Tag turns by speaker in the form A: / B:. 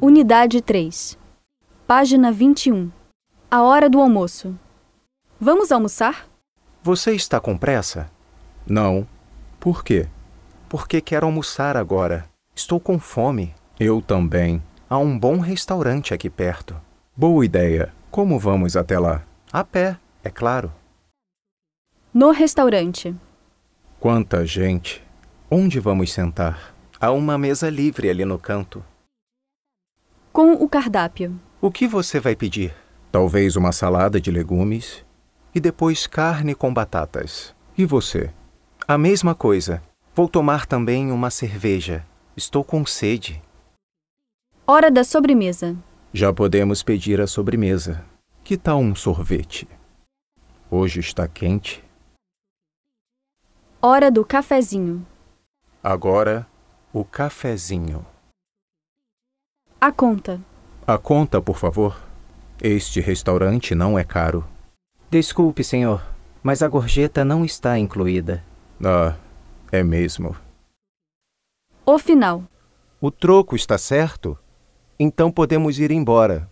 A: Unidade 3. Página 21. A hora do almoço. Vamos almoçar?
B: Você está com pressa?
C: Não. Por quê?
B: Porque quero almoçar agora. Estou com fome.
C: Eu também.
B: Há um bom restaurante aqui perto.
C: Boa ideia. Como vamos até lá?
B: A pé, é claro.
A: No restaurante.
C: Quanta gente! Onde vamos sentar?
B: Há uma mesa livre ali no canto.
A: Com o cardápio.
B: O que você vai pedir?
C: Talvez uma salada de legumes?
B: E depois carne com batatas.
C: E você?
B: A mesma coisa. Vou tomar também uma cerveja. Estou com sede.
A: Hora da sobremesa.
C: Já podemos pedir a sobremesa. Que tal um sorvete? Hoje está quente.
A: Hora do cafezinho.
C: Agora,
B: O cafezinho.
A: A conta.
C: a conta, por favor. Este restaurante não é caro.
D: Desculpe, senhor, mas a gorjeta não está incluída.
C: Ah, é mesmo.
A: O final.
E: O troco está certo? Então podemos ir embora.